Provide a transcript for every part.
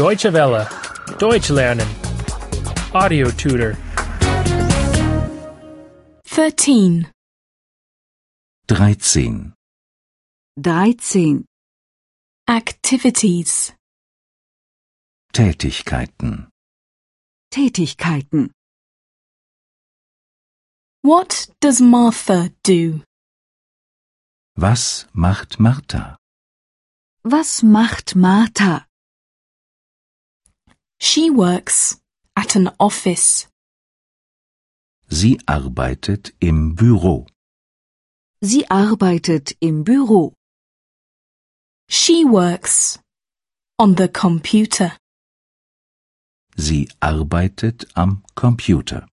Deutsche Welle. Deutsch lernen. Audio tutor. 13. 13. 13. Activities. Tätigkeiten. Tätigkeiten. What does Martha do? Was macht Martha? Was macht Martha? She works at an office. Sie arbeitet im Büro. Sie arbeitet im Büro. She works on the computer. Sie arbeitet am Computer.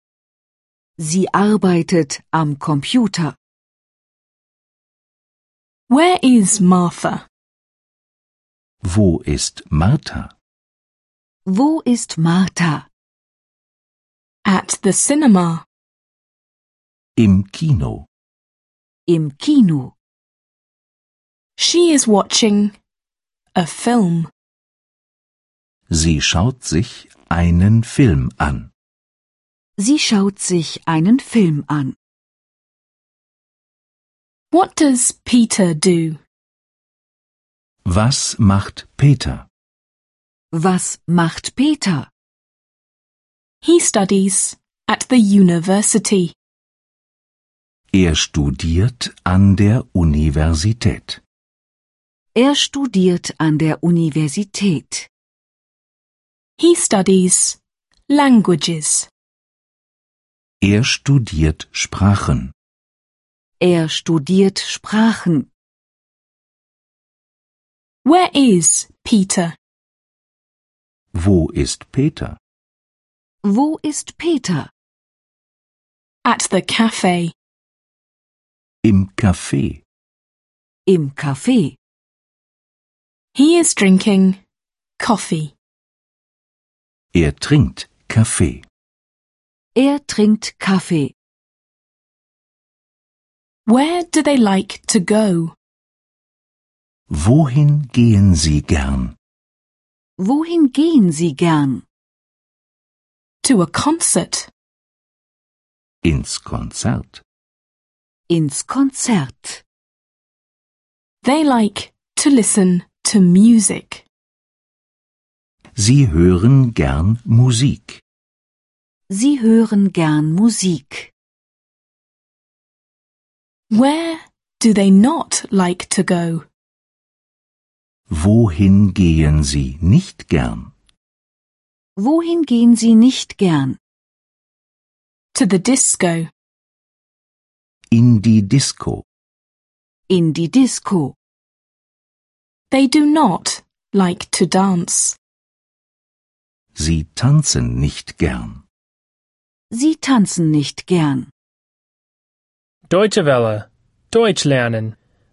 Sie arbeitet am Computer. Where is Martha? Wo ist Martha? Wo ist Martha? At the cinema. Im Kino. Im Kino. She is watching a film. Sie schaut sich einen Film an. Sie schaut sich einen Film an. What does Peter do? Was macht Peter? Was macht Peter? He studies at the university. Er studiert an der Universität. Er studiert an der Universität. He studies languages. Er studiert Sprachen. Er studiert Sprachen. Where is Peter? Wo ist Peter? Wo ist Peter? At the cafe. Im Café. Im Café. He is drinking coffee. Er trinkt Kaffee. Er trinkt Kaffee. Where do they like to go? Wohin gehen Sie gern? Wohin gehen Sie gern? To a concert. Ins Konzert. Ins Konzert. They like to listen to music. Sie hören gern Musik. Sie hören gern Musik. Where do they not like to go? Wohin gehen Sie nicht gern? Wohin gehen Sie nicht gern? To the disco. In die Disco. In die Disco. They do not like to dance. Sie tanzen nicht gern. Sie tanzen nicht gern. Deutsche Welle. Deutsch lernen.